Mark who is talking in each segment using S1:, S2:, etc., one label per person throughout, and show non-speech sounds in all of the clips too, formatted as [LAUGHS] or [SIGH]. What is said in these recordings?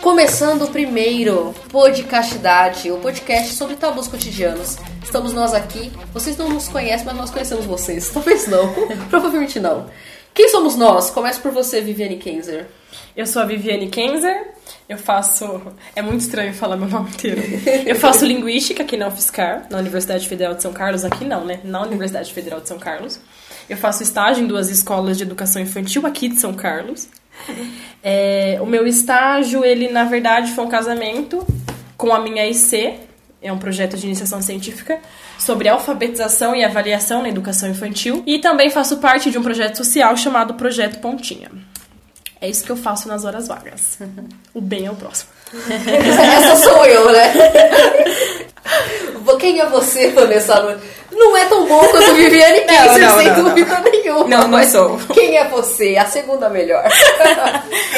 S1: Começando o primeiro Podcastidade, o podcast sobre tabus cotidianos. Estamos nós aqui, vocês não nos conhecem, mas nós conhecemos vocês. [LAUGHS] Talvez não, provavelmente não. Quem somos nós? Começa por você, Viviane Kenzer.
S2: Eu sou a Viviane Kenzer, eu faço. É muito estranho falar meu nome inteiro. Eu faço linguística aqui na UFSCar, na Universidade Federal de São Carlos, aqui não, né? Na Universidade Federal de São Carlos. Eu faço estágio em duas escolas de educação infantil aqui de São Carlos. É, o meu estágio, ele na verdade foi um casamento com a minha IC, é um projeto de iniciação científica sobre alfabetização e avaliação na educação infantil. E também faço parte de um projeto social chamado Projeto Pontinha. É isso que eu faço nas horas vagas. O bem é o próximo.
S1: Essa sou eu, né? Quem é você, Vanessa Nunes? Não é tão bom quanto Viviane Kenzer,
S2: não,
S1: sem
S2: não,
S1: dúvida nenhuma.
S2: Não, não
S1: mas
S2: sou.
S1: Quem é você? A segunda melhor. [LAUGHS]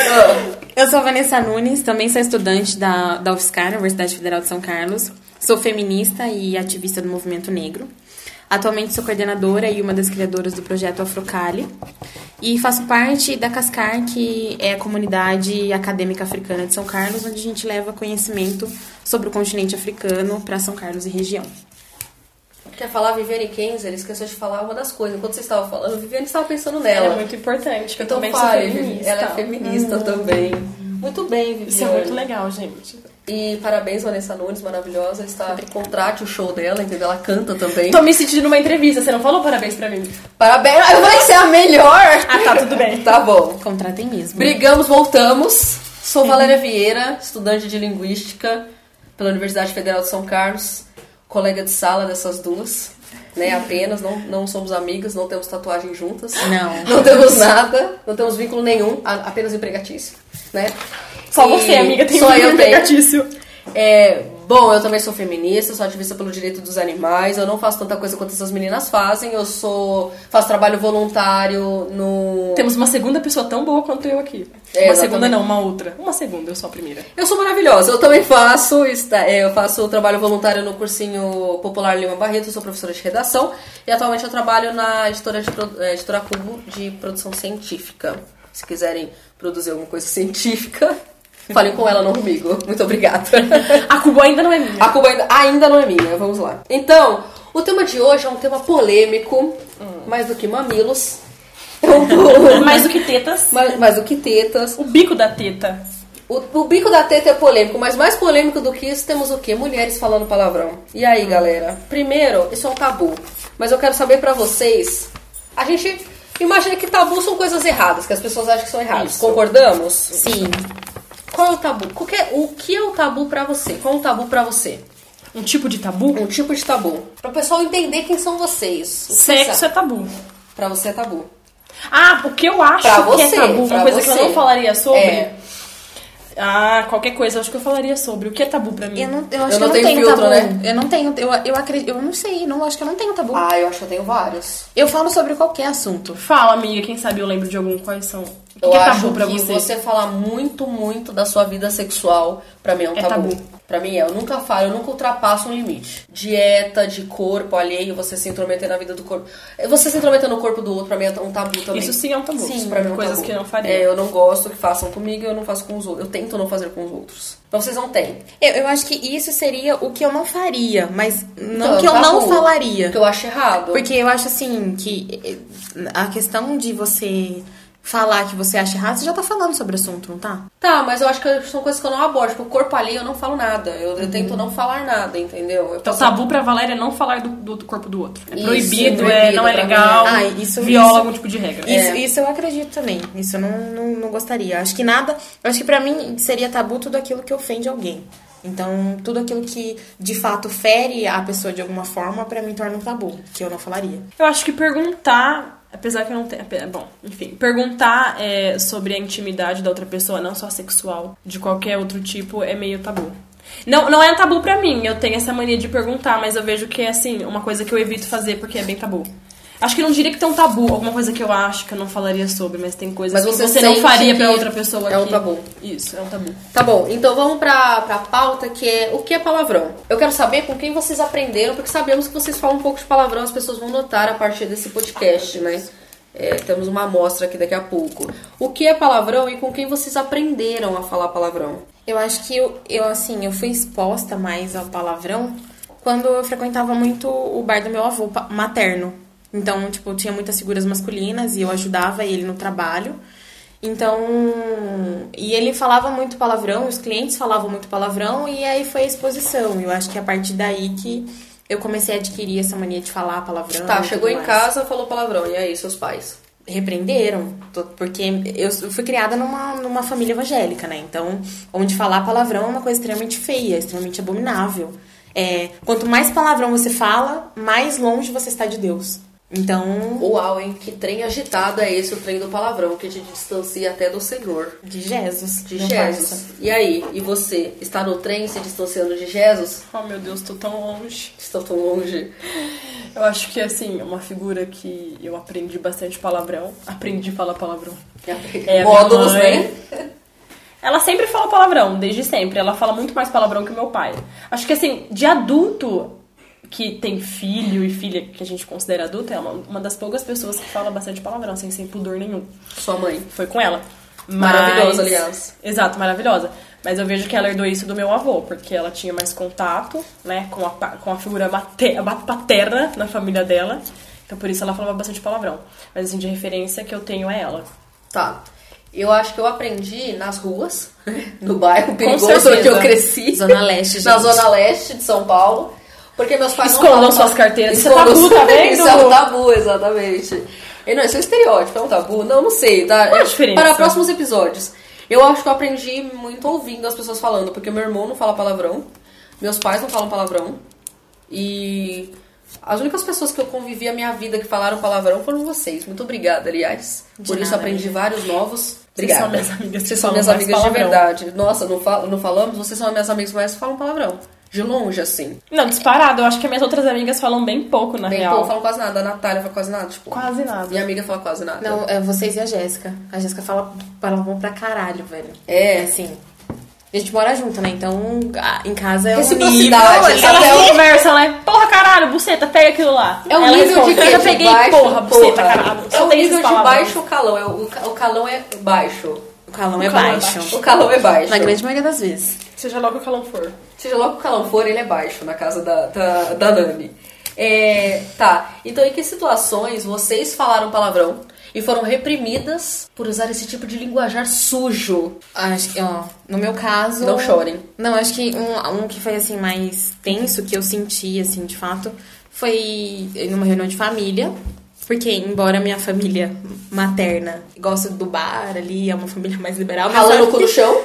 S1: Ah,
S3: Eu sou a Vanessa Nunes, também sou estudante da, da UFSCar, Universidade Federal de São Carlos. Sou feminista e ativista do movimento negro. Atualmente sou coordenadora e uma das criadoras do projeto Afrocali. E faço parte da Cascar, que é a comunidade acadêmica africana de São Carlos, onde a gente leva conhecimento sobre o continente africano para São Carlos e região.
S1: Quer falar Viviane Kenzer? Ele esqueceu de falar uma das coisas. Enquanto vocês estavam falando, Viviane estava pensando nela.
S2: É muito importante, que eu
S1: então
S2: também sou
S1: fale,
S2: feminista.
S1: Ela é feminista também. Muito bem, Viviane.
S2: Isso é muito legal, gente.
S1: E parabéns, Vanessa Nunes, maravilhosa. Está contrate o show dela, entendeu? Ela canta também.
S2: Tô me sentindo numa entrevista, você não falou parabéns pra mim.
S1: Parabéns. Ah, Eu falei que você é a melhor.
S2: Ah, tá, tudo bem.
S1: Tá bom.
S3: Contratem mesmo.
S1: Brigamos, voltamos. Sou Valéria Vieira, estudante de Linguística pela Universidade Federal de São Carlos, colega de sala dessas duas, né? Apenas, não, não somos amigas, não temos tatuagem juntas.
S3: Não.
S1: Não temos nada, não temos vínculo nenhum, a- apenas empregatício, né?
S2: Só
S1: E
S2: você, amiga, tem
S1: só
S2: um
S1: eu tenho.
S2: empregatício.
S1: É, bom, eu também sou feminista, sou ativista pelo direito dos animais. Eu não faço tanta coisa quanto essas meninas fazem. Eu sou faço trabalho voluntário no
S2: Temos uma segunda pessoa tão boa quanto eu aqui.
S1: É,
S2: uma
S1: exatamente.
S2: segunda não, uma outra. Uma segunda, eu sou a primeira.
S1: Eu sou maravilhosa, eu também faço, está- é, eu faço trabalho voluntário no cursinho popular Lima Barreto, sou professora de redação e atualmente eu trabalho na editora, de pro- é, editora Cubo de produção científica. Se quiserem produzir alguma coisa [LAUGHS] científica, falem com ela, não comigo. Muito obrigada.
S2: A Cubo ainda não é minha.
S1: A culpa ainda, ainda não é minha, vamos lá. Então, o tema de hoje é um tema polêmico, mais do que mamilos,
S2: Mais do que tetas.
S1: mais, mais do que tetas.
S2: O bico da teta.
S1: O, o bico da teta é polêmico, mas mais polêmico do que isso temos o quê? Mulheres falando palavrão. E aí, galera? Primeiro, isso é um tabu, mas eu quero saber pra vocês. A gente imagina que tabu são coisas erradas, que as pessoas acham que são erradas. Concordamos?
S3: Sim.
S1: Qual é o tabu? Qual que é- o que é o tabu pra você? Qual é o tabu pra você?
S2: Um tipo de tabu?
S1: um tipo de tabu. Pra o pessoal entender quem são vocês. O que
S2: Sexo
S1: sa-
S2: é tabu.
S1: Pra você é tabu.
S2: Ah, o que eu acho
S1: Pra
S2: que
S1: você,
S2: é tabu,
S1: pra
S2: uma coisa que eu
S1: você.
S2: não falaria sobre.
S1: É.
S2: Ah, qualquer coisa, eu acho que eu falaria sobre. O que é tabu pra mim?
S3: Eu, não, eu acho
S1: Eu não
S3: que eu
S1: tenho
S3: não tenho
S1: filtro,
S3: tabu.
S1: né?
S3: Eu não tenho, eu, eu acredito, eu não sei, não, acho que eu não tenho tabu.
S1: Ah, eu acho que eu tenho vários.
S3: Eu falo sobre qualquer assunto.
S2: Fala, amiga, quem sabe eu lembro de algum. Quais são? O que,
S1: eu
S2: é
S1: acho
S2: tabu pra
S1: que
S2: você?
S1: falar muito, muito da sua vida sexual, pra mim é um
S2: É
S1: tabu.
S2: tabu.
S1: Pra mim é, eu nunca falo, eu nunca ultrapasso um limite. Dieta, de corpo alheio, você se intrometer na vida do corpo. Você se intrometer no corpo do outro, pra mim é um tabu também.
S2: Isso sim é um tabu.
S1: Isso pra mim é um
S2: Coisas
S1: tabu.
S2: que eu não faria.
S1: É, eu não gosto que façam comigo e eu não faço com os outros. Eu tento não fazer com os outros. Mas vocês não têm.
S3: Eu, eu acho que isso seria o que eu não faria, mas não
S1: Então,
S3: que eu
S1: tabu.
S3: não falaria.
S1: Que eu acho errado.
S3: Porque eu acho assim que eh, a questão de você falar que você acha errado, você já tá falando sobre o assunto, não tá?
S1: Tá, mas eu acho que são coisas que eu não abordo. Tipo, o corpo ali eu não falo nada. Eu, eu tento não falar nada, entendeu? Eu
S2: Então,
S1: posso-
S2: tabu pra Valéria é não falar do, do outro corpo do outro. É
S1: Isso,
S2: proibido,
S1: proibido
S2: é, não é
S1: pra né?
S2: legal,
S3: Valéria. Ah, isso-
S2: viola
S3: isso.
S2: algum tipo de regra.
S3: Isso, isso eu acredito também. Isso eu não, não, não gostaria. Acho que nada. eu Acho que pra mim seria tabu tudo aquilo que ofende alguém. Então, tudo aquilo que de fato fere a pessoa de alguma forma, pra mim torna um tabu, que eu não falaria.
S2: Eu acho que perguntar, apesar que eu não tenho. ape- Bom, enfim, perguntar é, sobre a intimidade da outra pessoa, não só sexual, de qualquer outro tipo, é meio tabu. Não, não é um tabu pra mim, eu tenho essa mania de perguntar, mas eu vejo que é assim, uma coisa que eu evito fazer porque é bem tabu. Acho que não diria que tem um tabu, alguma coisa que eu acho que eu não falaria sobre, mas tem coisas
S1: Mas
S2: que
S1: você
S2: você não
S1: sente
S2: faria
S1: que
S2: pra outra pessoa
S1: é um
S2: que-
S1: tabu.
S2: Isso, é um tabu.
S1: Tá bom, então vamos pra, pra pauta que é o que é palavrão. Eu quero saber com quem vocês aprenderam, porque sabemos que vocês falam um pouco de palavrão, as pessoas vão notar a partir desse podcast, né? É, temos uma amostra aqui daqui a pouco. O que é palavrão e com quem vocês aprenderam a falar palavrão?
S3: Eu acho que eu, eu, assim, eu fui exposta mais ao palavrão quando eu frequentava muito o bar do meu avô pa- materno. Então, tipo, tinha muitas figuras masculinas e eu ajudava ele no trabalho. Então, e ele falava muito palavrão, os clientes falavam muito palavrão e aí foi a exposição. Eu acho que a partir daí que eu comecei a adquirir essa mania de falar palavrão.
S1: Tá,
S3: e
S1: chegou
S3: tudo
S1: em
S3: Ah, mais.
S1: casa, falou palavrão. E aí, seus pais?
S3: Repreenderam, tô- porque eu fui criada numa, numa família evangélica, né? Então, onde falar palavrão é uma coisa extremamente feia, extremamente abominável. É, quanto mais palavrão você fala, mais longe você está de Deus. Então,
S1: Uau, hein? Que trem agitado é esse, o trem do palavrão, que te distancia até do Senhor.
S3: de Jesus.
S1: De
S3: não passa.
S1: Jesus. E aí, e você? Está no trem se distanciando de Jesus?
S2: Oh, meu Deus, tô tão longe.
S1: Estou tão longe.
S2: Eu acho que, assim, é uma figura que eu aprendi bastante palavrão. Aprendi a falar palavrão. É, a
S1: Módulos,
S2: minha mãe.
S1: né?
S2: [LAUGHS] Ela sempre fala palavrão, desde sempre. Ela fala muito mais palavrão que o meu pai. Acho que assim, de adulto que tem filho e filha que a gente considera adulto, é uma, uma das poucas pessoas que fala bastante palavrão, assim, sem pudor nenhum.
S1: Sua mãe.
S2: Foi com ela. Mas-
S1: Maravilhosa, aliás.
S2: Exato, maravilhosa. Mas eu vejo que ela herdou isso do meu avô, porque ela tinha mais contato, né, com a, pa- com a figura mate- ba- paterna na família dela. Então por isso ela falava bastante palavrão. Mas assim, de referência que eu tenho é ela.
S1: Tá. Eu acho que eu aprendi nas ruas, [LAUGHS] no bairro perigoso
S2: certeza.
S1: onde eu cresci.
S3: Zona Leste, gente.
S1: [LAUGHS] na Zona Leste de São Paulo. Porque meus pais
S2: Escondam
S1: não falam-
S2: suas carteiras. Isso é
S1: Escondam
S2: tabu,
S1: suas-
S2: tá vendo?
S1: Isso é um tabu, exatamente. E não, isso é um estereótipo, é um tabu? Não, não sei. Tá?
S2: Qual a
S1: É
S2: diferença?
S1: Para próximos episódios. Eu acho que eu aprendi muito ouvindo as pessoas falando, porque meu irmão não fala palavrão, meus pais não falam palavrão. E as únicas pessoas que eu convivi a minha vida que falaram palavrão foram vocês. Muito obrigada, aliás.
S3: De
S1: Por isso
S3: nada,
S1: aprendi vários novos.
S2: Vocês são
S1: Obrigada.
S2: minhas amigas que
S1: Vocês são
S2: falam
S1: minhas
S2: mais
S1: amigas de
S2: palavrão.
S1: verdade. Nossa, não, fal- não falamos? Vocês são minhas amigas mais que falam palavrão. De longe, assim.
S2: Não, disparado. Eu acho que minhas outras amigas falam bem pouco, na
S1: Bem
S2: real.
S1: pouco, falam quase nada. A Natália fala quase nada. Tipo,
S2: Quase nada.
S1: minha amiga fala quase nada.
S3: Não, é vocês e a Jéssica. A Jéssica fala palavrão pra caralho, velho.
S1: É.
S3: assim. A gente mora junto, né? Então, a- em casa é um nível... assim.
S1: Reciprocidade,
S2: Ela
S3: é
S1: Até o-
S2: conversa, né? Porra, caralho, buceta, pega aquilo lá.
S1: É um
S2: Ela
S1: nível
S2: responde,
S1: de quê?
S2: Eu já
S1: De
S2: peguei,
S1: baixo,
S2: porra, buceta,
S1: porra.
S2: caralho.
S1: É
S2: Só
S1: um
S2: tem
S1: nível
S2: esses
S1: de
S2: palavrões.
S1: baixo calão. É, o, ca- o calão é baixo.
S3: O calão é
S2: O calão é
S3: baixo.
S1: O calão é baixo.
S3: Na grande maioria das vezes.
S2: Seja logo o calão for.
S1: Seja logo que o calão for, ele é baixo na casa da, da, da Nani. É, tá, então em que situações vocês falaram palavrão e foram reprimidas por usar esse tipo de linguajar sujo?
S3: Acho que, ó, no meu caso...
S1: Não chorem.
S3: Não, acho que um, um que foi, assim, mais tenso, que eu senti, assim, de fato, foi numa reunião de família. Porque, embora minha família materna goste do bar ali, é uma família mais liberal... mas
S1: Ralando o
S3: a-
S1: cu no chão?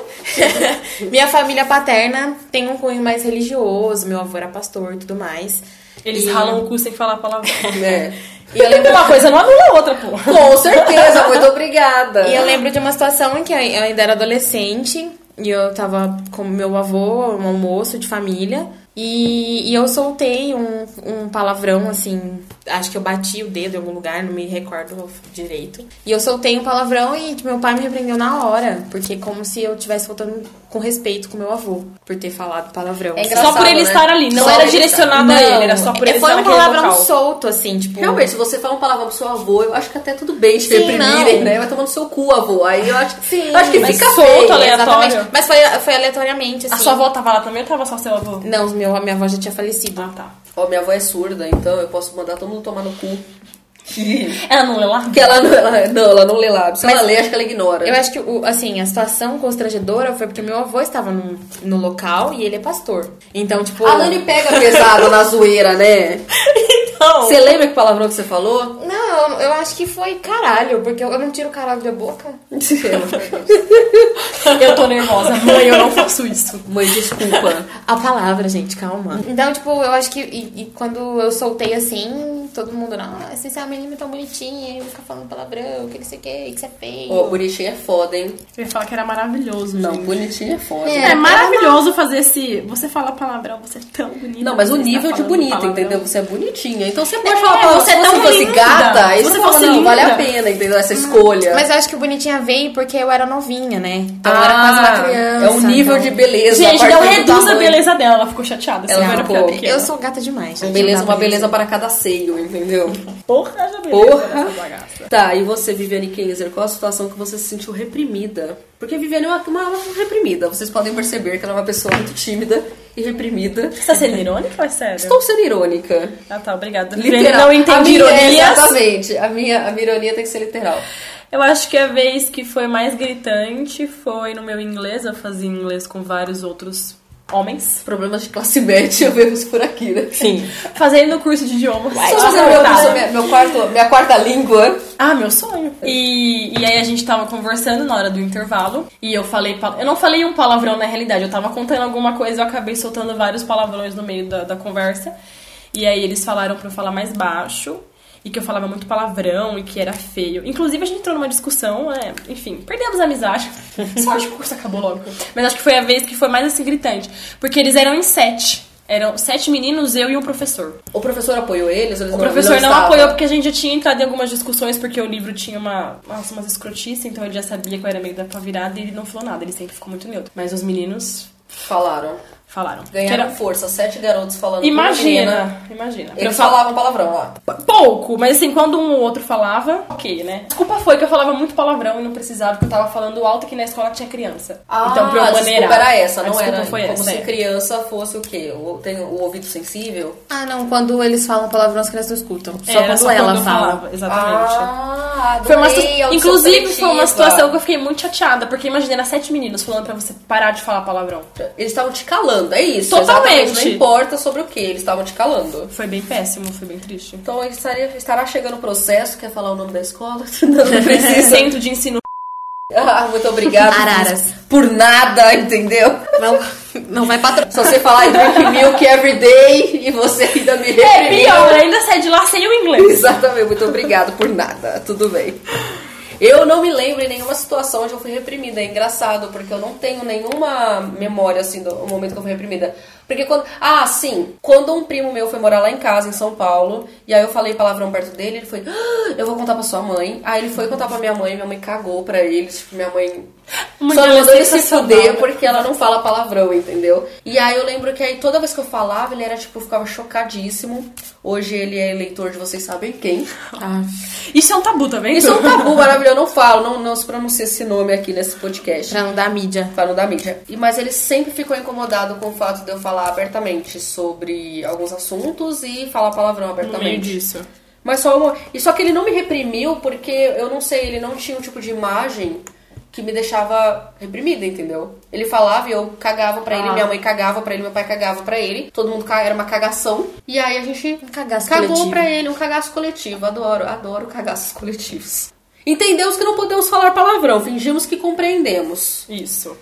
S3: [LAUGHS] minha família paterna tem um cunho mais religioso, meu avô era pastor e tudo mais.
S2: Eles
S3: E-
S2: ralam o cu sem falar
S1: [LAUGHS]
S2: palavrão.
S1: É.
S3: E eu lembro
S2: Uma coisa não anula a outra, porra.
S1: Com certeza, muito obrigada.
S3: E eu lembro de uma situação em que eu ainda era adolescente e eu tava com meu avô, um almoço de família. E, e eu soltei um, um palavrão, assim, acho que eu bati o dedo em algum lugar, não me recordo direito. E eu soltei um palavrão e meu pai me repreendeu na hora, porque como se eu estivesse faltando com respeito com meu avô, por ter falado palavrão.
S1: É
S2: Só
S1: engraçado,
S2: por ele
S1: né?
S2: estar ali. Não
S1: Só
S2: era
S1: ele É,
S2: direcionado
S3: Não,
S2: a ele, era só por ele
S3: Foi
S2: estar
S3: um
S2: naquele
S3: palavrão
S2: local.
S3: solto, assim, tipo...
S1: Realmente, se você fala um palavrão pro seu avô, eu acho que até tudo bem te
S3: Sim,
S1: reprimirem,
S3: não.
S1: né? Vai tomando seu cu, avô. Aí eu acho,
S3: Sim,
S1: eu acho que
S2: mas
S1: fica
S2: solto,
S1: feio.
S2: aleatório.
S3: Exatamente. Mas foi, foi aleatoriamente, assim.
S2: A sua avó tava lá também ou tava só seu avô?
S3: Não, meu, minha avó já tinha falecido.
S2: Ah, tá.
S1: Ó, minha avó é surda, então eu posso mandar todo mundo tomar no cu. Que
S2: Ela não lê lá?
S1: ela não, ela, não, ela não lê lábio. Se ela
S3: Mas-
S1: lê, acho que ela ignora.
S3: Eu acho que, o- assim, a situação constrangedora foi porque meu avô estava no, no local e ele é pastor. Então, tipo...
S1: A Lani pega pesado na zoeira, né?
S2: Então.
S1: Você lembra que palavrão que você falou?
S3: Não, eu, eu acho que foi caralho, porque eu, eu não tiro caralho da boca.
S1: [LAUGHS]
S2: Eu tô nervosa. Mãe, eu não faço isso.
S1: Mãe, desculpa.
S3: A palavra, gente, calma. Então, tipo, eu acho que... E, e quando eu soltei, assim, todo mundo... Nossa, esse é um menino tão bonitinho, ele fica falando palavrão, que não sei o que, que você é feio.
S1: Ó, bonitinho é foda, hein?
S2: Você ia falar que era maravilhoso,
S1: Não,
S2: gente.
S1: bonitinho é foda.
S2: É maravilhoso fazer esse. Você fala palavrão, você é tão bonita.
S1: Não, mas o
S2: você está
S1: nível de
S2: falando
S1: bonito,
S2: palavrão.
S1: entendeu? Você é bonitinha. Então você pode
S2: É,
S1: falar, palavrão.
S2: você
S1: se
S2: é tão
S1: você fosse
S2: linda.
S1: gata, aí
S2: Se
S1: você Ah,
S2: você
S1: fala,
S2: fosse
S1: não, vale a
S2: linda.
S1: pena, entendeu? Essa escolha.
S3: Mas eu acho que o Bonitinha veio porque eu era novinha, né? Então eu
S1: Ah,
S3: era quase uma criança.
S1: É um nível
S3: então-
S1: de beleza.
S2: Gente,
S1: a
S2: não
S1: partir do
S2: reduz a
S1: tamanho.
S2: beleza dela. Ela ficou chateada.
S1: Ela
S2: assim,
S1: ficou.
S2: agora porque ela é pequena.
S3: Eu sou gata demais, gente.
S1: Beleza,
S3: não dá
S1: uma
S3: pra
S1: beleza
S3: resistir.
S1: para cada seio. entendeu?
S2: Porra, já beleza
S1: Porra!
S2: dessa bagaça.
S1: Tá, e você, Viviane Kenzer, qual a situação que você se sentiu reprimida? Porque a Viviane é uma, uma reprimida. Vocês podem perceber que ela é uma pessoa muito tímida e reprimida.
S2: Você tá sendo irônica ou é sério?
S1: Estou sendo irônica.
S2: Ah, tá, obrigada. Ele
S1: Literal.
S2: não
S1: A
S2: entendi
S1: minha- é
S2: ironias.
S1: Exatamente. A minha, a minha ironia tem que ser literal.
S2: Eu acho que a vez que foi mais gritante foi no meu inglês. Eu fazia inglês com vários outros homens.
S1: Problemas de classe média vemos por aqui, né?
S2: Sim. Fazendo o curso de idiomas.
S1: Estou fazendo meu curso, minha, meu quarto, minha quarta língua.
S2: Ah, meu sonho. E, e aí a gente tava conversando na hora do intervalo. E eu falei. pala- Eu não falei um palavrão na realidade. Eu tava contando alguma coisa e eu acabei soltando vários palavrões no meio da, da conversa. E aí eles falaram pra eu falar mais baixo. E que eu falava muito palavrão e que era feio. Inclusive, a gente entrou numa discussão, né? Enfim, perdemos a [LAUGHS] amizade. Só acho que o curso acabou logo. Mas acho que foi a vez que foi mais assim gritante. Porque eles eram em sete. Eram sete meninos, eu e um professor.
S1: O professor apoiou eles? eles
S2: O professor não, apoiou porque a gente já tinha entrado em algumas discussões, porque o livro tinha uma, nossa, umas escrotices, então ele já sabia que eu era meio da pra virada e ele não falou nada, ele sempre ficou muito neutro. Mas os meninos
S1: Falaram.
S2: falaram. Que
S1: Ganharam
S2: era-
S1: força. Sete garotos falando. Imagina.
S2: Imagina, imagina.
S1: Eles falavam palavrão lá.
S2: pouco, mas assim, quando um ou outro falava, ok, né? A desculpa foi que eu falava muito palavrão e não precisava, porque eu tava falando alto que na escola tinha criança.
S1: Ah,
S2: então, pra
S1: a
S2: eu maneirar.
S1: desculpa era essa,
S2: A
S1: não
S2: desculpa
S1: era
S2: foi
S1: como
S2: essa,
S1: se
S2: é.
S1: criança fosse o quê? O, tem o ouvido sensível?
S3: Ah, não, quando eles falam palavrões, as crianças não escutam. Só
S2: Era
S3: quando ela
S2: eu
S3: fala.
S2: falava, Exatamente.
S1: Ah,
S2: Foi uma
S1: adorei
S2: situ-
S1: a audição
S2: Inclusive, foi
S1: seletiva.
S2: uma situação que eu fiquei muito chateada, porque imagina, era sete meninos falando pra você parar de falar palavrão.
S1: Eles estavam te calando, é isso.
S2: Totalmente.
S1: exatamente, Não importa sobre o que, eles estavam te calando.
S2: Foi bem péssimo, foi
S1: [LAUGHS]
S2: bem triste.
S1: Então estaria, estará chegando o processo, quer falar o nome da escola? [LAUGHS] Não, não precisa.
S2: Centro de ensino.
S1: ah, muito obrigada.
S3: Araras.
S1: Por nada, entendeu?
S3: Não, não vai patro...
S1: Só você falar I drink milk every day e você ainda me
S2: É
S1: reprimiu.
S2: pior, ainda sai de lá sem o inglês.
S1: Exatamente, muito obrigado por nada, tudo bem. Eu não me lembro em nenhuma situação onde eu fui reprimida. É engraçado, porque eu não tenho nenhuma memória, assim, do momento que eu fui reprimida. Porque quando. Ah, sim! Quando um primo meu foi morar lá em casa, em São Paulo, e aí eu falei palavrão perto dele, ele foi, "Ah, eu vou contar pra sua mãe. Aí ele foi contar pra minha mãe, minha mãe cagou pra ele, tipo, minha mãe.
S2: Mãe,
S1: só
S2: ela é
S1: mandou ele se
S2: sensacional,
S1: fuder
S2: né?
S1: porque ela não fala palavrão, entendeu? E aí eu lembro que aí toda vez que eu falava, ele era, tipo, ficava chocadíssimo. Hoje ele é eleitor de vocês sabem quem.
S3: Ah,
S2: Isso é um tabu também.
S1: Isso é um tabu maravilhoso, eu não falo, não, não se pronuncia esse nome aqui nesse podcast. né?
S3: pra não dar mídia.
S1: Falo da mídia. É. E, mas ele sempre ficou incomodado com o fato de eu falar abertamente sobre alguns assuntos e falar palavrão
S2: No meio
S1: abertamente.
S2: disso.
S1: Mas só uma... E só que ele não me reprimiu porque eu não sei, ele não tinha um tipo de imagem que me deixava reprimida, entendeu? Ele falava e eu cagava pra ele,
S2: Ah.
S1: minha mãe cagava pra ele, meu pai cagava pra ele, todo mundo ca- era uma cagação. E aí a gente
S3: cagaço
S1: cagou
S3: coletivo.
S1: pra ele, um cagaço coletivo. Adoro, adoro cagaços coletivos. Entendemos que não podemos falar palavrão, fingimos que compreendemos.
S2: Isso.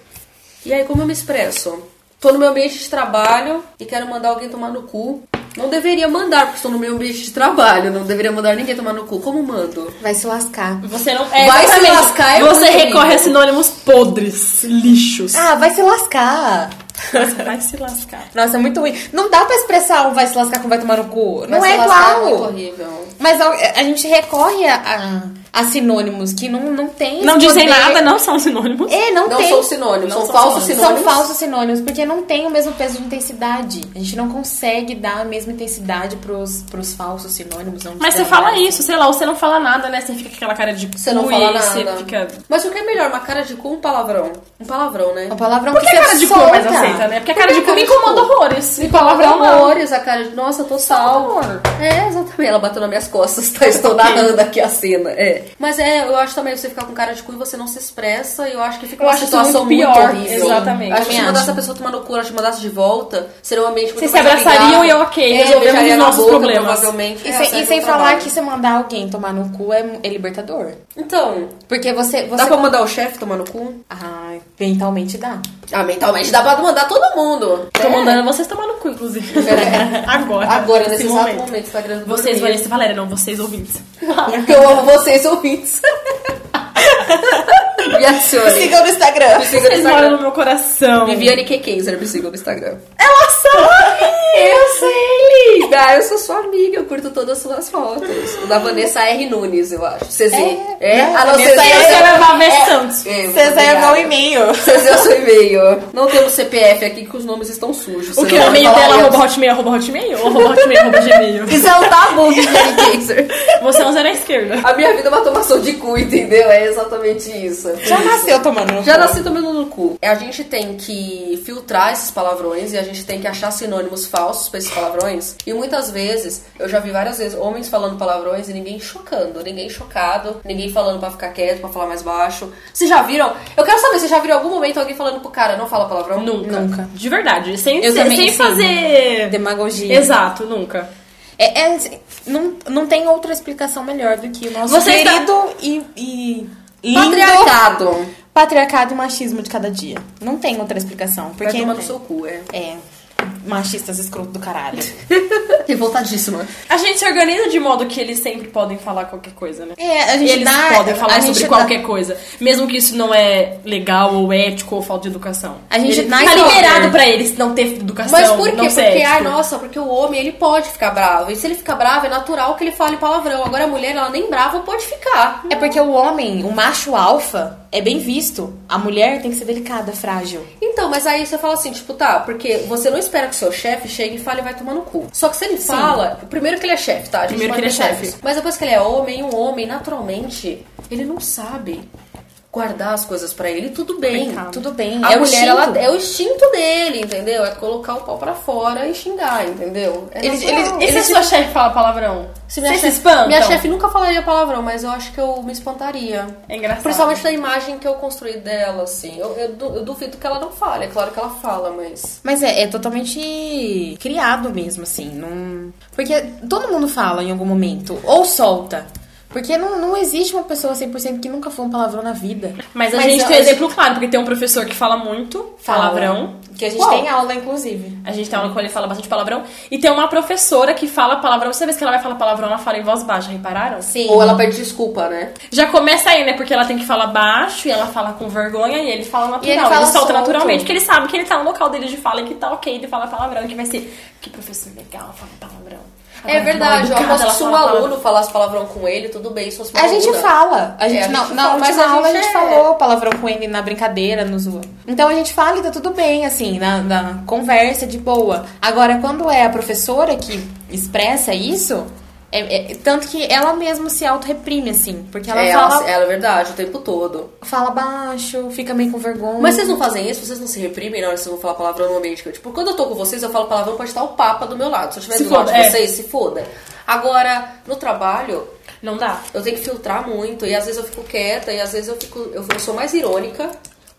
S1: E aí, como eu me expresso? Tô no meu ambiente de trabalho e quero mandar alguém tomar no cu. Não deveria mandar, porque estou no meu ambiente de trabalho. Não deveria mandar ninguém tomar no cu. Como mando?
S3: Vai se lascar.
S2: Você não. É,
S1: Vai se
S2: exatamente.
S1: lascar, é
S2: Você
S1: muito
S2: recorre
S1: lindo.
S2: a sinônimos podres, lixos.
S3: Ah, vai se lascar.
S2: [LAUGHS] Você vai se lascar.
S3: Nossa, é muito ruim. Não dá pra expressar um vai se lascar com vai tomar no cu. Não
S1: Vai
S3: é
S1: se lascar,
S3: igual.
S1: muito horrível.
S3: Mas a, a gente recorre a, a- a sinônimos que não, não tem.
S2: Não
S3: esse
S2: dizem
S3: poder.
S2: nada, não são sinônimos.
S3: É, não,
S1: Não
S3: tem.
S1: são sinônimos,
S2: Não
S1: são,
S2: são
S1: falsos
S2: sinônimos.
S1: sinônimos.
S3: São falsos sinônimos, porque não tem o mesmo peso de intensidade. A gente não consegue dar a mesma intensidade pros, pros falsos sinônimos. Não
S2: Mas você fala isso, sei lá, ou você não fala nada, né? Você fica com aquela cara de cu
S1: Você não
S2: e
S1: fala
S2: você
S1: nada.
S2: fica.
S1: Mas o que é melhor? Uma cara de cu ou um palavrão? Um palavrão, né?
S3: É um palavrão
S2: Por que,
S3: que
S2: a cara de cu é mais
S3: solta.
S2: aceita, né? Porque a cara
S1: Por
S2: de
S1: que
S2: cu
S1: cara
S2: me
S1: de cu?
S2: incomoda horrores.
S1: E
S2: E
S1: palavrão
S2: palavrão não.
S1: horrores, a cara de... Nossa, total.
S2: Horror.
S1: É, exatamente. Ela bateu nas minhas costas, tá? Estou narrando aqui a cena. É. Mas é, eu acho também, você ficar com cara de cu e você não se expressa, e eu acho que fica
S2: Eu
S1: uma
S2: acho isso
S1: situação
S2: muito
S1: muito
S2: pior.
S1: horrível.
S2: Exatamente.
S1: Acho que se
S3: Também
S1: mandasse
S3: acho.
S1: a pessoa tomar no cu, ela te mandasse de volta, seria um ambiente muito
S2: Vocês se
S1: mais
S2: abraçariam
S1: amigável.
S2: e eu, ok,
S1: É,
S2: resolvemos
S1: beijaria
S2: os
S1: na
S2: nossos
S1: boca,
S2: problemas.
S1: Provavelmente,
S3: E
S1: é,
S3: sem,
S1: seria
S3: e sem
S1: um
S3: falar
S1: trabalho.
S3: que você mandar alguém tomar no cu é, é libertador.
S1: Então,
S3: Porque você. você
S1: dá pra mandar o chefe tomar no cu?
S3: Ah, mentalmente dá.
S1: Ah, mentalmente dá pra mandar todo mundo.
S2: Tô mandando vocês tomar no cu, inclusive. [LAUGHS] É. Agora.
S1: Agora, nesse exato
S2: momento.
S1: momento, Instagram do
S2: Vocês,
S1: Dormir.
S2: Vanessa e Valéria, não, vocês ouvintes.
S1: Porque eu amo vocês, ouvintes. Me adicione.
S3: no Instagram.
S1: Me siga no
S2: Vocês moram
S1: Instagram.
S2: no meu coração.
S1: Viviane Q. Keiser, me siga no Instagram.
S2: Ela sabe!
S1: Eu sei, linda! Eu sou sua amiga, eu curto todas as suas fotos. O da Vanessa R. Nunes, eu acho. CZ.
S3: É,
S1: É?
S3: né?
S1: A não ser
S3: Vanessa
S2: Essa "É,
S3: R.
S2: era a Vavê Santos.
S3: César é meu e-mail.
S1: Vocês é o seu e-mail. Não temos CPF aqui que os nomes estão sujos.
S2: O
S1: Vocês
S2: que? é O
S1: vão
S2: e-mail
S1: falar
S2: dela,
S1: isso.
S2: arroba hotmail, arroba hotmail? Ou arroba hotmail, arroba gmail?
S1: Isso é um tabu, Guilherme Kaiser.
S2: Você é um zero à esquerda.
S1: A minha vida é uma tomação de cu, entendeu? É exatamente isso.
S3: Já nasceu tomando no
S1: Já
S3: cu.
S1: nasci tomando no cu. A gente tem que filtrar esses palavrões e a gente tem que achar sinônimos falsos pra esses palavrões. E muitas vezes, eu já vi várias vezes homens falando palavrões e ninguém chocando, ninguém chocado, ninguém falando pra ficar quieto, pra falar mais baixo. Vocês já viram? Eu quero saber, vocês já viram em algum momento alguém falando pro cara, não fala palavrão?
S2: Nunca.
S3: Nunca.
S2: De verdade. Sem,
S3: Eu
S2: sem,
S3: também,
S2: sem
S3: sim.
S2: fazer...
S3: Demagogia.
S2: Exato, nunca.
S3: É, é, não, não tem outra explicação melhor do que o nosso
S2: Você está-
S3: querido e, e lindo
S1: Patriarcado.
S3: patriarcado e machismo de cada dia. Não tem outra explicação.
S1: Vai
S3: Porque
S1: tomar no seu cu, é.
S3: é machistas escroto do caralho.
S1: Revoltadíssima.
S2: A gente se organiza de modo que eles sempre podem falar qualquer coisa, né?
S3: É, a gente
S2: E eles
S3: dá,
S2: podem
S3: a
S2: falar
S3: gente
S2: sobre
S3: dá-
S2: qualquer coisa. Mesmo que isso não é legal, ou ético, ou falta de educação.
S3: A gente
S2: Ele-
S3: dá
S2: tá
S3: esse
S2: liberado
S3: poder.
S2: pra eles não ter educação.
S1: Mas por quê?
S2: Não tipo.
S1: Porque, ah,
S2: ser ético.
S1: ai, nossa, porque o homem, ele pode ficar bravo. E se ele ficar bravo, é natural que ele fale palavrão. Agora a mulher, ela nem brava pode ficar.
S3: É porque o homem, o macho alfa, é bem visto. A mulher tem que ser delicada, frágil.
S1: Então, mas aí você fala assim, tipo, tá, porque você não espera que o seu chefe chegue e fale e vai tomar no cu. Só que se ele fala, primeiro que ele é chefe, tá? A gente
S2: Primeiro
S1: pode
S2: que ele é
S1: deixar
S2: chefe.
S1: isso. Mas depois que ele é homem, um homem, naturalmente, ele não sabe guardar as coisas pra ele, tudo bem.
S2: Pecado.
S1: Tudo
S3: Tudo bem.
S1: a
S3: é o
S1: mulher,
S3: instinto.
S1: ela, é o instinto dele, entendeu? É colocar o pau pra fora e xingar, entendeu? É
S3: Eles-
S1: natural.
S3: eles-
S2: E se a sua chefe fala palavrão?
S1: Se minha
S2: Vocês
S1: chefe,
S2: se espantam?
S1: minha chefe nunca falaria palavrão, mas eu acho que eu me espantaria.
S2: É engraçado.
S1: Principalmente da imagem que eu construí dela, assim. Eu, eu du- eu duvido que ela não fale, é claro que ela fala, mas.
S3: Mas é, é totalmente criado mesmo, assim. Não... Porque todo mundo fala em algum momento, ou solta. Porque não, não existe uma pessoa 100% que nunca foi um palavrão na vida.
S2: Mas a
S3: Mas é
S2: gente
S3: eu-
S2: tem exemplo claro, porque tem um professor que fala muito palavrão.
S3: Que a gente
S1: Qual?
S3: tem aula, inclusive.
S2: A gente tem aula com ele que fala bastante palavrão. E tem uma professora que fala palavrão. Toda vez que ela vai falar palavrão, ela fala em voz baixa, repararam?
S3: Sim.
S1: Ou ela pede desculpa, né?
S2: Já começa aí, né? Porque ela tem que falar baixo e ela fala com vergonha e ele fala natural.
S3: E ele fala
S2: solta
S3: solto.
S2: naturalmente, porque ele sabe que ele tá no local dele de fala e que tá ok de falar palavrão, que vai ser. Que professor legal, fala palavrão. Agora,
S1: é verdade, eu
S2: mal educada,
S1: aposto
S2: ela
S1: que se um
S2: fala palavrão.
S1: aluno falasse palavrão com ele, tudo bem, se fosse uma
S3: A gente
S1: aluna.
S3: fala. A gente,
S1: É, a
S3: não,
S1: gente
S3: na
S1: fala, mas
S3: última
S1: a
S3: aula a
S1: gente
S3: gente
S1: é-
S3: falou palavrão com ele na brincadeira, no zoa. Então a gente fala e tá tudo bem, assim, na, na conversa, de boa. Agora, quando é a professora que expressa isso, é- é- tanto que ela mesma se auto-reprime, assim. Porque ela
S1: é,
S3: fala,
S1: ela, ela é verdade, o tempo todo.
S3: fala baixo, fica meio com vergonha.
S1: Mas vocês não fazem isso? Vocês não se reprimem na hora que vocês vão falar palavrão no ambiente? que eu- Tipo, quando eu tô com vocês, eu falo palavrão pra estar o papa do meu lado. Se eu estiver
S2: Se
S1: do lado
S2: foda,
S1: de
S2: é.
S1: vocês, se foda. Agora, no trabalho,
S2: Não dá.
S1: eu tenho que filtrar muito e às vezes eu fico quieta e às vezes eu fico eu, eu sou mais irônica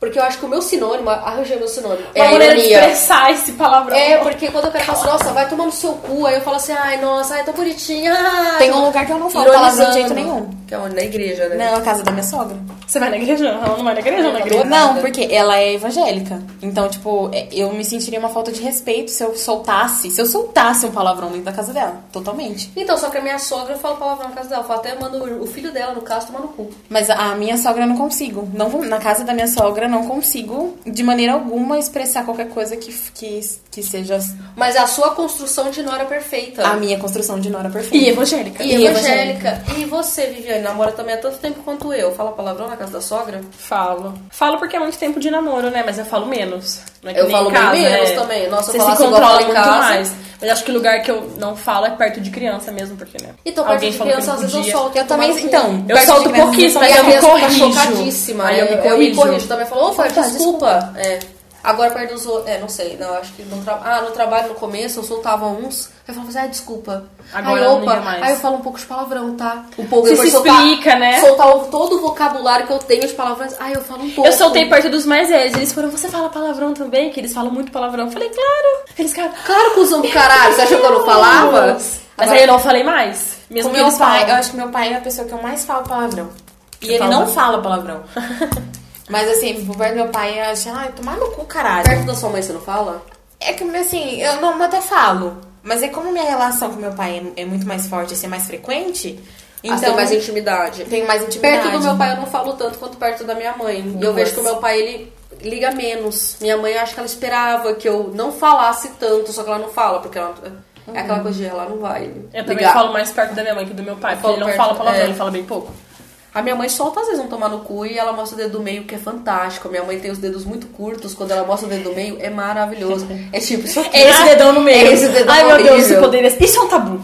S1: porque eu acho que o meu sinônimo arranjei meu sinônimo é
S2: uma
S1: a
S2: maneira de
S1: ironia
S2: expressar esse palavrão.
S1: é
S3: Então,
S1: porque quando eu quero falar assim, nossa vai tomar no seu cu aí eu falo assim ai nossa ai tão bonitinha ai,
S3: Tem um lugar que eu não falo palavrão de jeito
S1: Ironizando.
S3: nenhum.
S1: que é onde na igreja né
S3: Não, a casa da minha sogra.
S2: Você vai na igreja? Ela não vai na igreja, não na igreja.
S3: Não, porque ela é evangélica. Então, tipo, é- eu me sentiria uma falta de respeito se eu soltasse, se eu soltasse um palavrão dentro da casa dela. Totalmente.
S1: então só que a minha sogra eu falo palavrão na casa dela eu falo, até mando o- o filho dela no caso tomar no cu
S3: Mas a minha sogra eu não consigo. Não, vou- na casa da minha sogra eu não consigo, de maneira alguma, expressar qualquer coisa que, que, que seja
S1: mas a sua construção de nora perfeita
S3: a minha construção de Nora
S2: E
S3: perfeita.
S2: evangélica.
S1: e
S3: Tá. E
S1: evangélica. E você, Viviane, namora também há tanto tempo quanto eu. Fala palavrão na casa da sogra?
S2: Falo. Falo porque é muito tempo de namoro, né? Mas eu falo menos. Não é que
S1: Eu
S2: nem
S1: falo
S2: em
S1: bem
S2: casa,
S1: menos
S2: é.
S1: também. Nossa, eu
S2: Você
S1: falava
S2: se
S1: assim, igual eu
S2: controla
S1: falo em
S2: muito
S1: casa.
S2: mais. Mas acho que o lugar que eu não falo é perto de criança mesmo, porque, né?
S1: Então, perto de
S2: falou que
S1: criança, às
S2: não
S1: vezes eu
S2: podia.
S1: solto.
S3: Eu
S1: tomar
S3: também,
S1: no cu.
S3: então.
S2: Eu solto
S3: pouquinho
S2: pouquinho, só
S1: E
S2: Mas
S1: a
S2: eu me
S1: minha fica
S2: corrijo.
S1: chocadíssima.
S2: Aí eu me corrijo.
S1: corrijo também. Falou, ô, Fábio,
S3: Fala,
S1: desculpa. É. Agora perto dos outros. É, não sei. Não, acho que no, tra... ah, no trabalho, no começo, eu soltava uns. Aí eu falava assim, ah, desculpa.
S2: Agora
S1: aí,
S2: não liga
S1: opa.
S2: mais.
S1: Aí eu falo um pouco de palavrão, tá? Um pouco
S2: Você
S1: depois
S2: se
S1: soltar-
S2: explica, né?
S1: Soltar o- todo o vocabulário que eu tenho de palavrões. Aí eu falo um pouco.
S2: Eu soltei perto dos mais velhos. Eles foram, você fala palavrão também? Que eles falam muito palavrão. Eu falei, claro. Eles ficaram,
S1: Claro, cuzão do caralho. Você achou que eu não falava?
S2: Mas aí eu não falei mais. Mesmo
S3: Com
S2: que
S3: meu
S2: eles
S3: pai, eu
S2: falam.
S3: acho que meu pai é a pessoa que eu mais falo palavrão. E
S2: Você
S3: ele
S2: fala
S3: não
S2: bastante.
S3: fala palavrão. [LAUGHS] Mas assim, por perto do meu pai, eu acho, ai, tomar no cu, caralho.
S1: Perto da sua mãe, você não fala? Ah,
S3: É que, assim, eu não eu até falo. Mas é como minha relação com meu pai é, é muito mais forte, assim, é mais frequente.
S1: Então,
S3: Então,
S1: tem mais intimidade.
S3: tenho mais intimidade.
S1: Perto do meu pai eu não falo tanto quanto perto da minha mãe. E eu
S3: Duas.
S1: vejo que o meu pai, ele liga menos. Minha mãe, eu acho que ela esperava que eu não falasse tanto, só que ela não fala, porque ela... É aquela coisa de ela não vai
S2: Uhum. Eu também
S1: ligar.
S2: falo mais perto da minha mãe que do meu pai, porque
S1: falo
S2: ele não
S1: perto-
S2: fala palavrão,
S1: é.
S2: ele fala bem pouco.
S1: A minha mãe solta às vezes um tomar no cu e ela mostra o dedo do meio, que é fantástico. A minha mãe tem os dedos muito curtos, quando ela mostra o dedo do meio, é
S2: [LAUGHS]
S1: maravilhoso. É tipo, isso aqui.
S2: É esse dedão no meio.
S1: É esse dedão
S2: Ai, meu Deus,
S1: horrível.
S2: isso poderia ser- Isso é um tabu.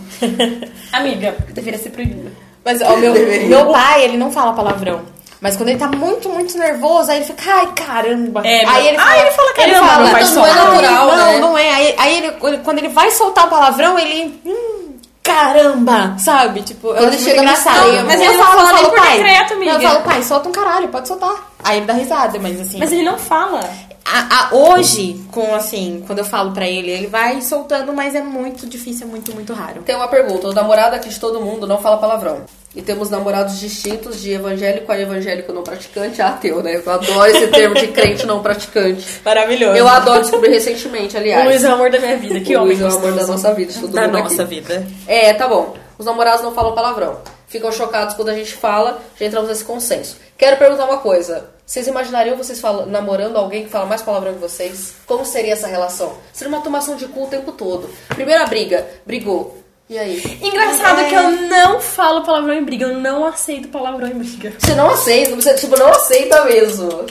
S2: Amiga, deveria ser proibido.
S3: Mas ó, meu, meu pai, ele não fala palavrão. Mas quando ele tá muito, muito nervoso, aí ele fica, ai, caramba.
S2: É,
S3: aí
S2: meu-
S3: ele fala,
S2: Ah, ele fala caramba, meu pai
S3: "Não,
S1: solta."
S3: não é natural,
S1: Ai,
S3: não,
S1: né?
S3: não é. Aí, aí ele, ele- quando ele vai soltar o palavrão, ele, hum, caramba, sabe? Tipo, eu
S1: Quando
S3: acho
S1: chega
S3: muito
S1: no
S3: engraçado.
S1: extremo.
S3: Mas
S2: Ele
S3: eu
S2: não
S3: falo, eu
S2: fala nem
S3: falo,
S2: por
S3: pai,
S2: decreto,
S3: não, eu
S2: amiga.
S3: falo, pai, solta um caralho, pode soltar. Aí ele dá risada, mas assim...
S2: Mas ele não fala.
S3: A- a- hoje, com assim, quando eu falo pra ele, ele vai soltando, mas é muito difícil, é muito, muito raro.
S1: Tem uma pergunta. O namorado aqui de todo mundo não fala palavrão. E temos namorados distintos de evangélico a evangélico não praticante a ateu, né? Eu adoro esse termo de crente não praticante.
S3: Maravilhoso.
S1: Eu adoro descobrir recentemente, aliás.
S2: Luiz é o amor da minha vida. Que
S1: O
S2: homem
S1: Luiz é o amor
S2: gostoso.
S1: da nossa vida, de todo
S3: da
S1: mundo
S3: nossa
S1: aqui.
S3: vida.
S1: É, tá bom. Os namorados não falam palavrão. Ficam chocados quando a gente fala, já entramos nesse consenso. Quero perguntar uma coisa. Vocês imaginariam vocês fala- namorando alguém que fala mais palavrão que vocês? Como seria essa relação? Seria uma tomação de cu o tempo todo. Primeira briga, brigou. E aí?
S2: Engraçado que eu não falo palavrão em briga. Eu não aceito palavrão em briga.
S1: Você não aceita, você tipo, não aceita mesmo.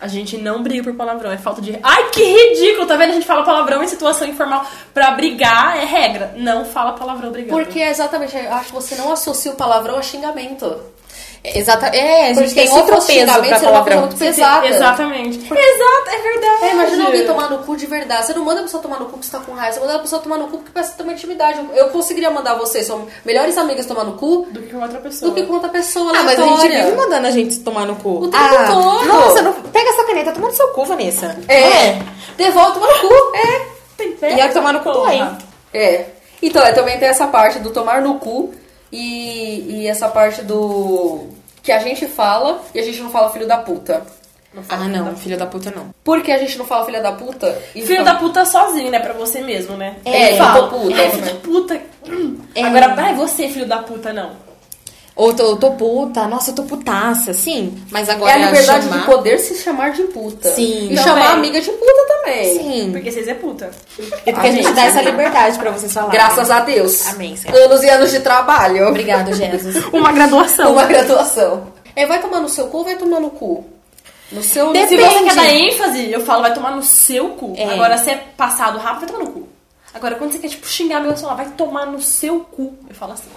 S2: A gente não briga por palavrão, é falta de. Ai, que ridículo! Tá vendo? A gente fala palavrão em situação informal. Pra brigar é regra. Não fala palavrão brigando.
S1: Porque é exatamente, eu acho que você não associa o palavrão a xingamento.
S3: Exata é, a gente
S1: Porque
S3: tem
S1: se
S3: outro
S1: fosse
S3: peso
S1: xingamento,
S3: pra
S1: seria uma coisa
S3: palavrão.
S1: muito pesada.
S2: Exatamente. Exato, é verdade.
S1: É, imagina alguém tomar no cu de verdade. Você não manda a pessoa tomar no cu porque você tá com raiva. Você manda a pessoa tomar no cu porque parece que tem uma intimidade. Eu- Eu conseguiria mandar vocês, são melhores amigas, tomar no cu
S2: Do que com outra pessoa.
S1: do que com outra pessoa
S3: Ah, mas a gente
S1: aleatória.
S3: vive mandando a gente tomar no cu.
S1: O tempo
S3: ah,
S1: todo.
S3: Nossa, não- pega essa caneta, toma no seu cu, Vanessa.
S1: É. Devolve, toma no cu. É.
S2: Tem
S3: E eu tomar no cu
S2: Porra.
S3: hein?
S1: É. Então, é, também tem essa parte do tomar no cu e, e essa parte do... Que a gente fala e a gente não fala filho da puta.
S3: Ah, não, filho da puta não.
S1: Por que a gente não fala filha da puta? E
S2: Filho
S1: fala-
S2: da puta sozinho, né? Pra você mesmo, né?
S3: É,
S2: Ele
S3: filho
S2: fala,
S1: da puta.
S2: Ai, filho da puta. Hum.
S3: É.
S2: Agora, vai você, filho da puta, não.
S3: Ou tô, eu tô puta, nossa, eu tô putaça, sim. Mas agora
S1: É a liberdade
S3: chamar...
S1: de poder se chamar de puta.
S3: Sim.
S1: E
S3: Também.
S1: chamar a amiga de puta também.
S3: Sim.
S2: Porque vocês é puta.
S3: E porque a gente é dá essa liberdade pra vocês falarem.
S1: Graças a Deus.
S3: Amém, Senhor.
S1: Anos e anos de trabalho.
S3: Obrigada, Jesus.
S2: [LAUGHS] Uma graduação.
S1: Uma graduação. É, vai tomar no seu cu ou vai tomar no cu? No seu
S2: Se
S3: Depende.
S2: você quer dar ênfase, eu falo, vai tomar no seu cu.
S3: É.
S2: Agora, se é passado rápido, vai tomar no cu. Agora, quando você quer, tipo, xingar meu celular, vai tomar no seu cu. Eu falo assim.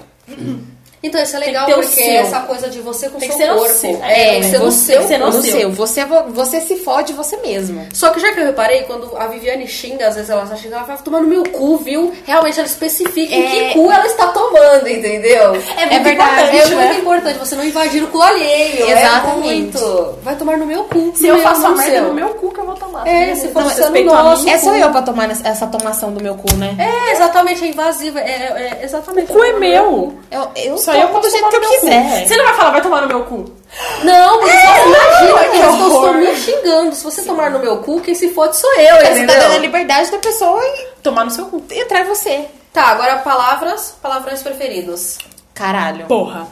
S1: Então, isso é legal
S2: Tem que ter o
S1: porque
S2: seu.
S1: é essa coisa de você com o
S2: Tem
S1: seu
S2: que ser no
S1: corpo.
S2: seu.
S1: É,
S2: É,
S1: tem que ser no
S2: você-
S1: seu.
S2: tem que ser no
S3: No
S2: seu.
S3: seu. Você, é vo- você se fode você mesmo.
S1: Só que já que eu reparei, quando a Viviane xinga, às vezes ela está xingando, ela fala, "Vai tomar no meu cu, viu? Realmente ela especifica em
S3: É.
S1: que cu ela está tomando, entendeu? É
S3: muito importante,
S1: É muito
S3: né?
S1: importante você não invadir o cu alheio. É
S3: Exatamente.
S1: muito. Vai tomar no meu cu.
S2: Se
S1: no
S2: eu
S1: meu,
S2: faço a
S1: no
S2: merda é
S1: seu.
S2: no meu cu que eu vou tomar.
S1: É,
S3: tá
S1: se for
S2: Não
S1: no seu, no
S2: respeito a
S1: nosso.
S2: mim.
S3: É só eu pra tomar nes- essa tomação do meu cu, né?
S1: É, exatamente, é invasiva. É, é- é exatamente.
S2: O cu é meu.
S3: Eu, eu
S2: Só
S3: tomo
S2: eu posso
S3: do jeito
S2: tomar
S3: que
S2: no
S3: eu
S2: meu
S3: quiser.
S2: cu. Você não vai falar, vai tomar no meu cu.
S1: É, Não, mas só imagina que eu estou
S2: horror.
S1: me xingando. Se você tomar no meu cu, quem se fode sou eu,
S3: Você tá dando a
S1: entendeu?
S3: liberdade da pessoa e
S2: Tomar no seu cu.
S3: entrar em você.
S1: Tá, agora palavras, palavrões preferidos.
S3: Caralho.
S2: Porra.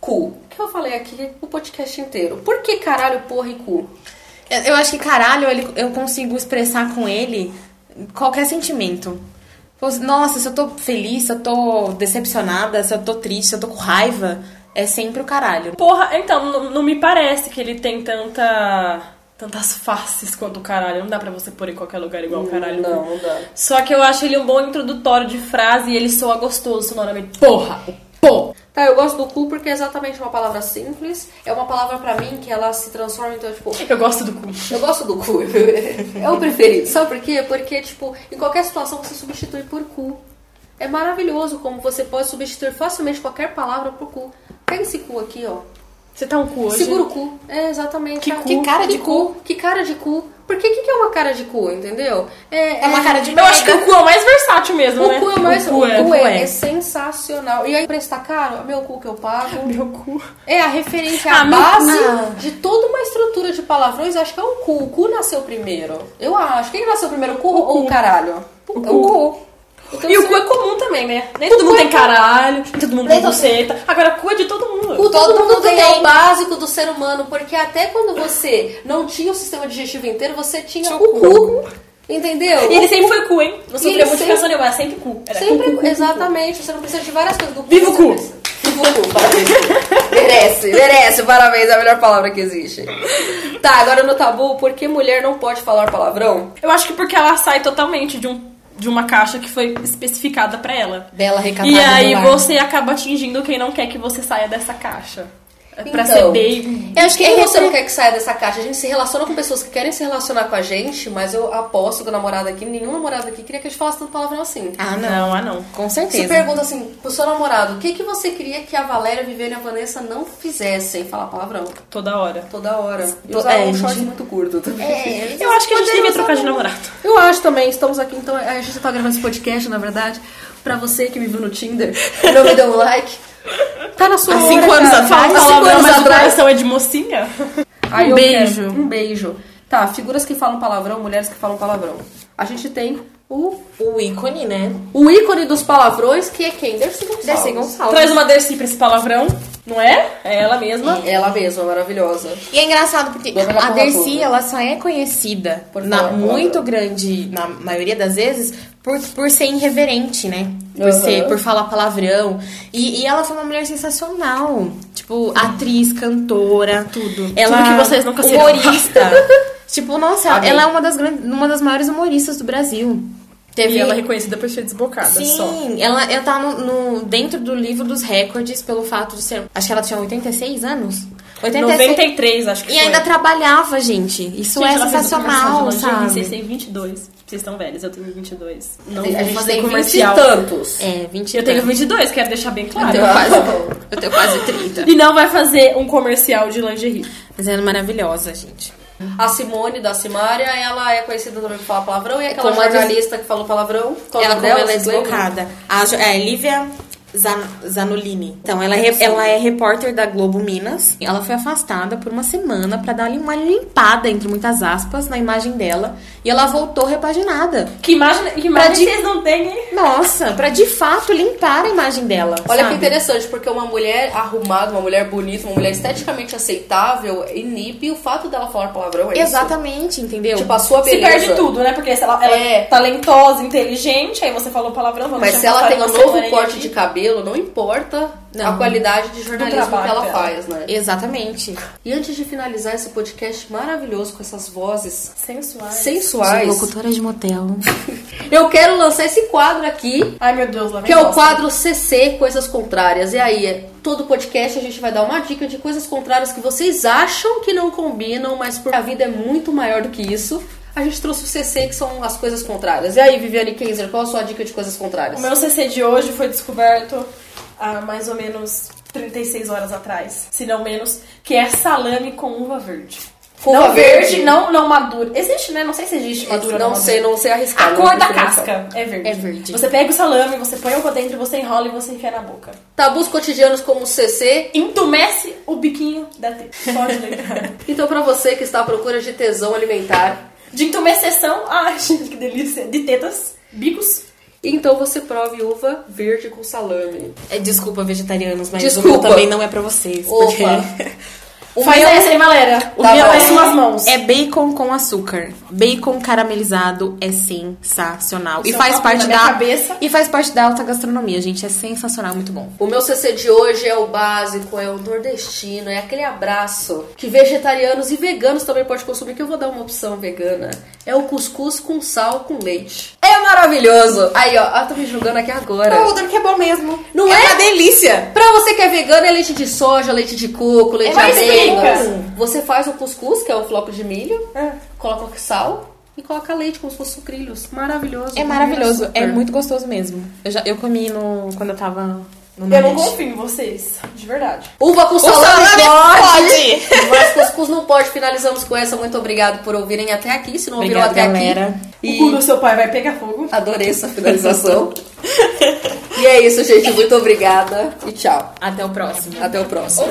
S1: Cu. O que eu falei aqui o podcast inteiro. Por que caralho, porra e cu?
S3: Eu- Eu acho que caralho, ele- eu consigo expressar com ele qualquer sentimento. Pô, Nossa, se eu tô feliz, se eu tô decepcionada, se eu tô triste, se eu tô com raiva, é sempre o caralho.
S2: Porra, então, não, não me parece que ele tem tanta. Tantas faces quanto o caralho. Não dá pra você pôr em qualquer lugar igual o caralho.
S1: Não, não dá.
S2: Só que eu acho ele um bom introdutório de frase e ele soa gostoso sonoramente. Porra! o Pô!
S1: Tá, eu gosto do cu porque é exatamente uma palavra simples. É uma palavra pra mim que ela se transforma, então, tipo,
S2: Eu gosto do cu.
S1: Eu gosto do cu. [LAUGHS] É o preferido. Sabe por quê? Porque, tipo, em qualquer situação você substitui por cu. É maravilhoso como você pode substituir facilmente qualquer palavra por cu. Pega esse cu aqui, ó.
S2: Você tá um cu hoje?
S1: Segura o cu. É, exatamente.
S2: Que
S1: Ah,
S2: cu?
S3: cara de
S1: Que cara de cu. Porque o que, que é uma cara de cu, entendeu? É,
S3: É uma cara de
S2: Eu acho que o cu é o mais versátil mesmo, né?
S1: O cu é o mais. O cu, é,
S3: é.
S1: é sensacional. E aí, prestar caro, é meu cu que eu pago.
S2: Meu cu.
S1: É a referência,
S2: Ah,
S1: a
S2: meu
S1: base
S3: cu.
S1: de toda uma estrutura de palavrões. Acho que é o cu. O cu nasceu primeiro. Eu acho. Quem nasceu primeiro, o cu ou o caralho? É O
S3: cu.
S1: Então,
S2: E o
S1: se-
S2: cu é comum também, né? Nem todo mundo
S1: cu é
S2: tem caralho, nem todo mundo
S1: Nem
S2: tem
S1: todo-
S2: buceta. Agora, cu é de todo mundo.
S1: cu, todo,
S3: todo
S1: mundo
S3: mundo
S1: tem. É
S3: tem.
S1: o básico do ser humano. Porque até quando você não tinha o sistema digestivo inteiro, você tinha
S2: Tinha
S1: o
S2: o
S1: cu. Entendeu?
S2: E ele sempre foi cu, hein? Não
S1: ele
S2: sofreu modificação nenhuma, era sempre cu. Era cu,
S1: Sempre,
S2: cu, cu, cu.
S1: exatamente. Você não precisa de várias coisas do cu.
S2: Viva o
S1: você
S2: cu!
S1: precisa- Vucu,
S2: [LAUGHS]
S1: Fabrício. merece, merece. Parabéns, é a melhor palavra que existe. Tá, agora no tabu, por que mulher não pode falar palavrão?
S2: Eu acho que porque ela sai totalmente de, um, de uma caixa que foi especificada pra ela.
S3: Bela recatada.
S2: E aí
S3: um do lar.
S2: você acaba atingindo quem não quer que você saia dessa caixa. É Pra
S1: Então.
S2: ser bem.
S1: Eu acho que
S3: é
S1: você
S3: repre-
S1: não quer que saia dessa caixa. A gente se relaciona com pessoas que querem se relacionar com a gente, mas eu aposto que o namorado aqui, nenhum namorado aqui queria que a gente falasse tanto palavrão assim.
S3: Ah, não.
S2: Não, ah não.
S3: Com
S1: Se
S3: certeza.
S1: pergunta assim pro seu namorado, o que, que você queria que a Valéria, a Viviane e a Vanessa não fizessem? Falar palavrão
S2: Toda hora.
S1: toda hora. E
S3: É,
S1: usar um
S3: gente.
S1: short muito curto também. [LAUGHS]
S3: É,
S2: Eu acho que a gente
S1: Poderia
S2: devia
S1: usar
S2: trocar de
S1: um-
S2: namorado. [LAUGHS]
S1: Eu acho também, estamos aqui, então a gente tá gravando esse podcast, na verdade, pra você que me viu no Tinder, não me deu um like. Tá na sua
S3: Há
S1: hora,
S3: cinco anos
S1: cara.
S3: atrás.
S1: Há
S2: Fala
S1: cinco
S2: palavrão,
S1: anos
S2: mas o
S1: atrás.
S2: coração é de mocinha.
S1: Aí
S2: Um
S1: eu
S2: beijo.
S1: quero- Um beijo. Tá, figuras que falam palavrão, mulheres que falam palavrão. A gente tem o,
S3: O ícone, né?
S1: o ícone dos palavrões, que é quem? Dercy Gonçalves.
S3: Desse Gonçalves.
S2: Traz uma Dercy pra esse palavrão, não é? É ela mesma.
S1: Ela mesma, maravilhosa.
S3: E é engraçado porque
S1: Dona da
S3: a
S1: porra
S3: Dercy,
S1: toda.
S3: ela só é conhecida
S1: Por
S3: na
S1: falar palavrão.
S3: muito grande, na maioria das vezes, por, por ser irreverente, né? Por,
S1: Aham.
S3: ser, por falar palavrão. E, e ela foi uma mulher sensacional. Tipo, atriz, cantora. Tudo. Ela,
S2: Tudo que vocês nunca serão.
S3: Humorista. tipo, nossa,
S1: Amei.
S3: ela é uma das, grandes, uma das maiores humoristas do Brasil. Teve
S2: E ela é reconhecida por ser desbocada
S3: Sim,
S2: só.
S3: ela, ela tá no, no- dentro do livro dos recordes pelo fato de ser. Acho que ela tinha 86 anos? 86.
S2: 93, acho que
S3: E
S2: foi.
S3: ainda trabalhava, gente. Isso
S2: Gente,
S3: é
S2: ela fez
S3: sensacional,
S2: educação de lingerie, Vocês
S3: sabe?
S2: têm 22. Vocês estão velhos, eu tenho 22. Não
S1: a
S2: vou
S1: gente
S2: fazer
S1: tem
S2: comercial. É,
S1: 20 e tantos.
S3: É, 20
S2: Eu tenho 22, quero deixar bem claro.
S1: Então,
S3: Eu tenho quase 30.
S2: E não vai fazer um comercial de lingerie.
S3: Mas ela é maravilhosa, gente.
S1: A Simone da Simária, ela é conhecida também por falar palavrão, e é aquela
S3: Como a dos-
S1: jornalista que falou palavrão. qual o
S3: ela,
S1: nome
S3: como
S1: dela,
S3: ela é
S1: vocês lembram?
S3: deslocada. A, jo- é, Lívia Zan- Zanolini. Então, ela é, re- ela é repórter da Globo Minas. Ela foi afastada por uma semana pra dar uma limpada, entre muitas aspas, na imagem dela. E ela voltou repaginada.
S2: Que imagem, que
S3: Pra
S2: imagem
S3: de-
S2: vocês não têm, hein?
S3: Nossa, pra de fato limpar a imagem dela.
S1: Olha que
S3: sabe?
S1: interessante, porque uma mulher arrumada, uma mulher bonita, uma mulher esteticamente aceitável, inibe o fato dela falar palavrão. É isso?
S3: Exatamente, entendeu?
S1: Tipo, a sua
S2: Se
S1: beleza.
S2: perde tudo, né? Porque se ela, ela
S1: É.
S2: é talentosa, inteligente, aí você falou palavrão, vou
S1: Mas
S2: deixar
S1: se ela
S2: passar
S1: tem um
S2: uma
S1: novo
S2: semana
S1: corte
S2: aí.
S1: de cabelo, não importa a
S3: é Não.
S1: qualidade de jornalismo que
S2: trabalho
S1: ela
S2: dela.
S1: faz, né?
S3: Exatamente.
S1: E antes de finalizar esse podcast maravilhoso com essas vozes
S2: Sensuais.
S1: sensuais,
S3: Locutora de motel.
S1: eu quero lançar esse quadro aqui
S2: Ai, meu Deus, lá vem
S1: Que é o
S2: bosta.
S1: quadro CC Coisas Contrárias. E aí, é todo podcast a gente vai dar uma dica de coisas contrárias que vocês acham que não combinam, mas porque a vida é muito maior do que isso. A gente trouxe o CC, que são as coisas contrárias. E aí, Viviane Kenzer, qual a sua dica de coisas contrárias?
S2: O meu CC de hoje foi descoberto há mais ou menos 36 horas atrás, se não menos, que é salame com uva verde.
S1: Com
S2: não
S1: uva
S2: verde,
S1: verde?
S2: não, não madura. Existe, né? Não sei se existe madura. ou
S1: Não sei,
S2: madura.
S1: não sei arriscar.
S2: A
S1: não
S2: cor
S1: sei
S2: da
S1: pronunciar.
S2: casca é verde.
S3: É verde.
S2: Você pega o salame, você põe uva dentro, você enrola e você enfia na boca.
S1: Tabus cotidianos como o CC.
S2: Entumece o biquinho da teta. Só de leite.
S1: Então, pra você que está à procura de tesão alimentar,
S2: De entumeceção, [LAUGHS] ai gente, que delícia. De tetas, bicos.
S1: então você prove uva verde com salame.
S3: É, desculpa, vegetarianos, mas
S1: Desculpa.
S3: o meu também não é pra vocês. porque-
S1: Opa. O
S2: Faz
S1: meu-
S2: essa, hein, Valéria?
S3: O
S1: Tá
S3: meu
S1: bom.
S2: Faz com as mãos.
S3: é bacon com açúcar. Bacon caramelizado é sensacional. E
S2: Isso é
S3: faz
S2: um papo
S3: parte
S2: na minha
S3: da
S2: cabeça.
S3: e faz parte da alta gastronomia, gente. É sensacional, muito bom.
S1: O meu CC de hoje é o básico, é o nordestino, é aquele abraço que vegetarianos e veganos também podem consumir, que eu vou dar uma opção vegana. É o cuscuz com sal com leite. É maravilhoso! Aí, ó, ela tá me julgando aqui agora.
S3: dando que é bom mesmo.
S1: Não é?
S3: uma delícia.
S1: Pra você que é vegano, é leite de soja, leite de coco,
S3: É
S1: leite de
S2: Mas
S1: amêndoas.
S2: explica.
S1: Você faz o cuscuz, que é o floco de milho,
S2: É.
S1: coloca sal e coloca leite como se fosse sucrilhos. Maravilhoso.
S3: É maravilhoso, é
S1: Super.
S3: muito gostoso mesmo. Eu já eu comi no quando eu tava no
S2: Eu não
S3: Nordeste.
S2: confio em vocês, de verdade.
S1: Uva com salame,
S3: salame
S1: pode! Mas cuscuz não pode. Finalizamos com essa. Muito obrigado por ouvirem até aqui. Se não ouviram
S3: Obrigada,
S1: até
S3: galera.
S1: aqui.
S2: O cu do seu pai vai pegar fogo.
S1: Adorei essa finalização. e é isso, gente. Muito obrigada e tchau.
S3: Até o próximo.
S1: Até o próximo.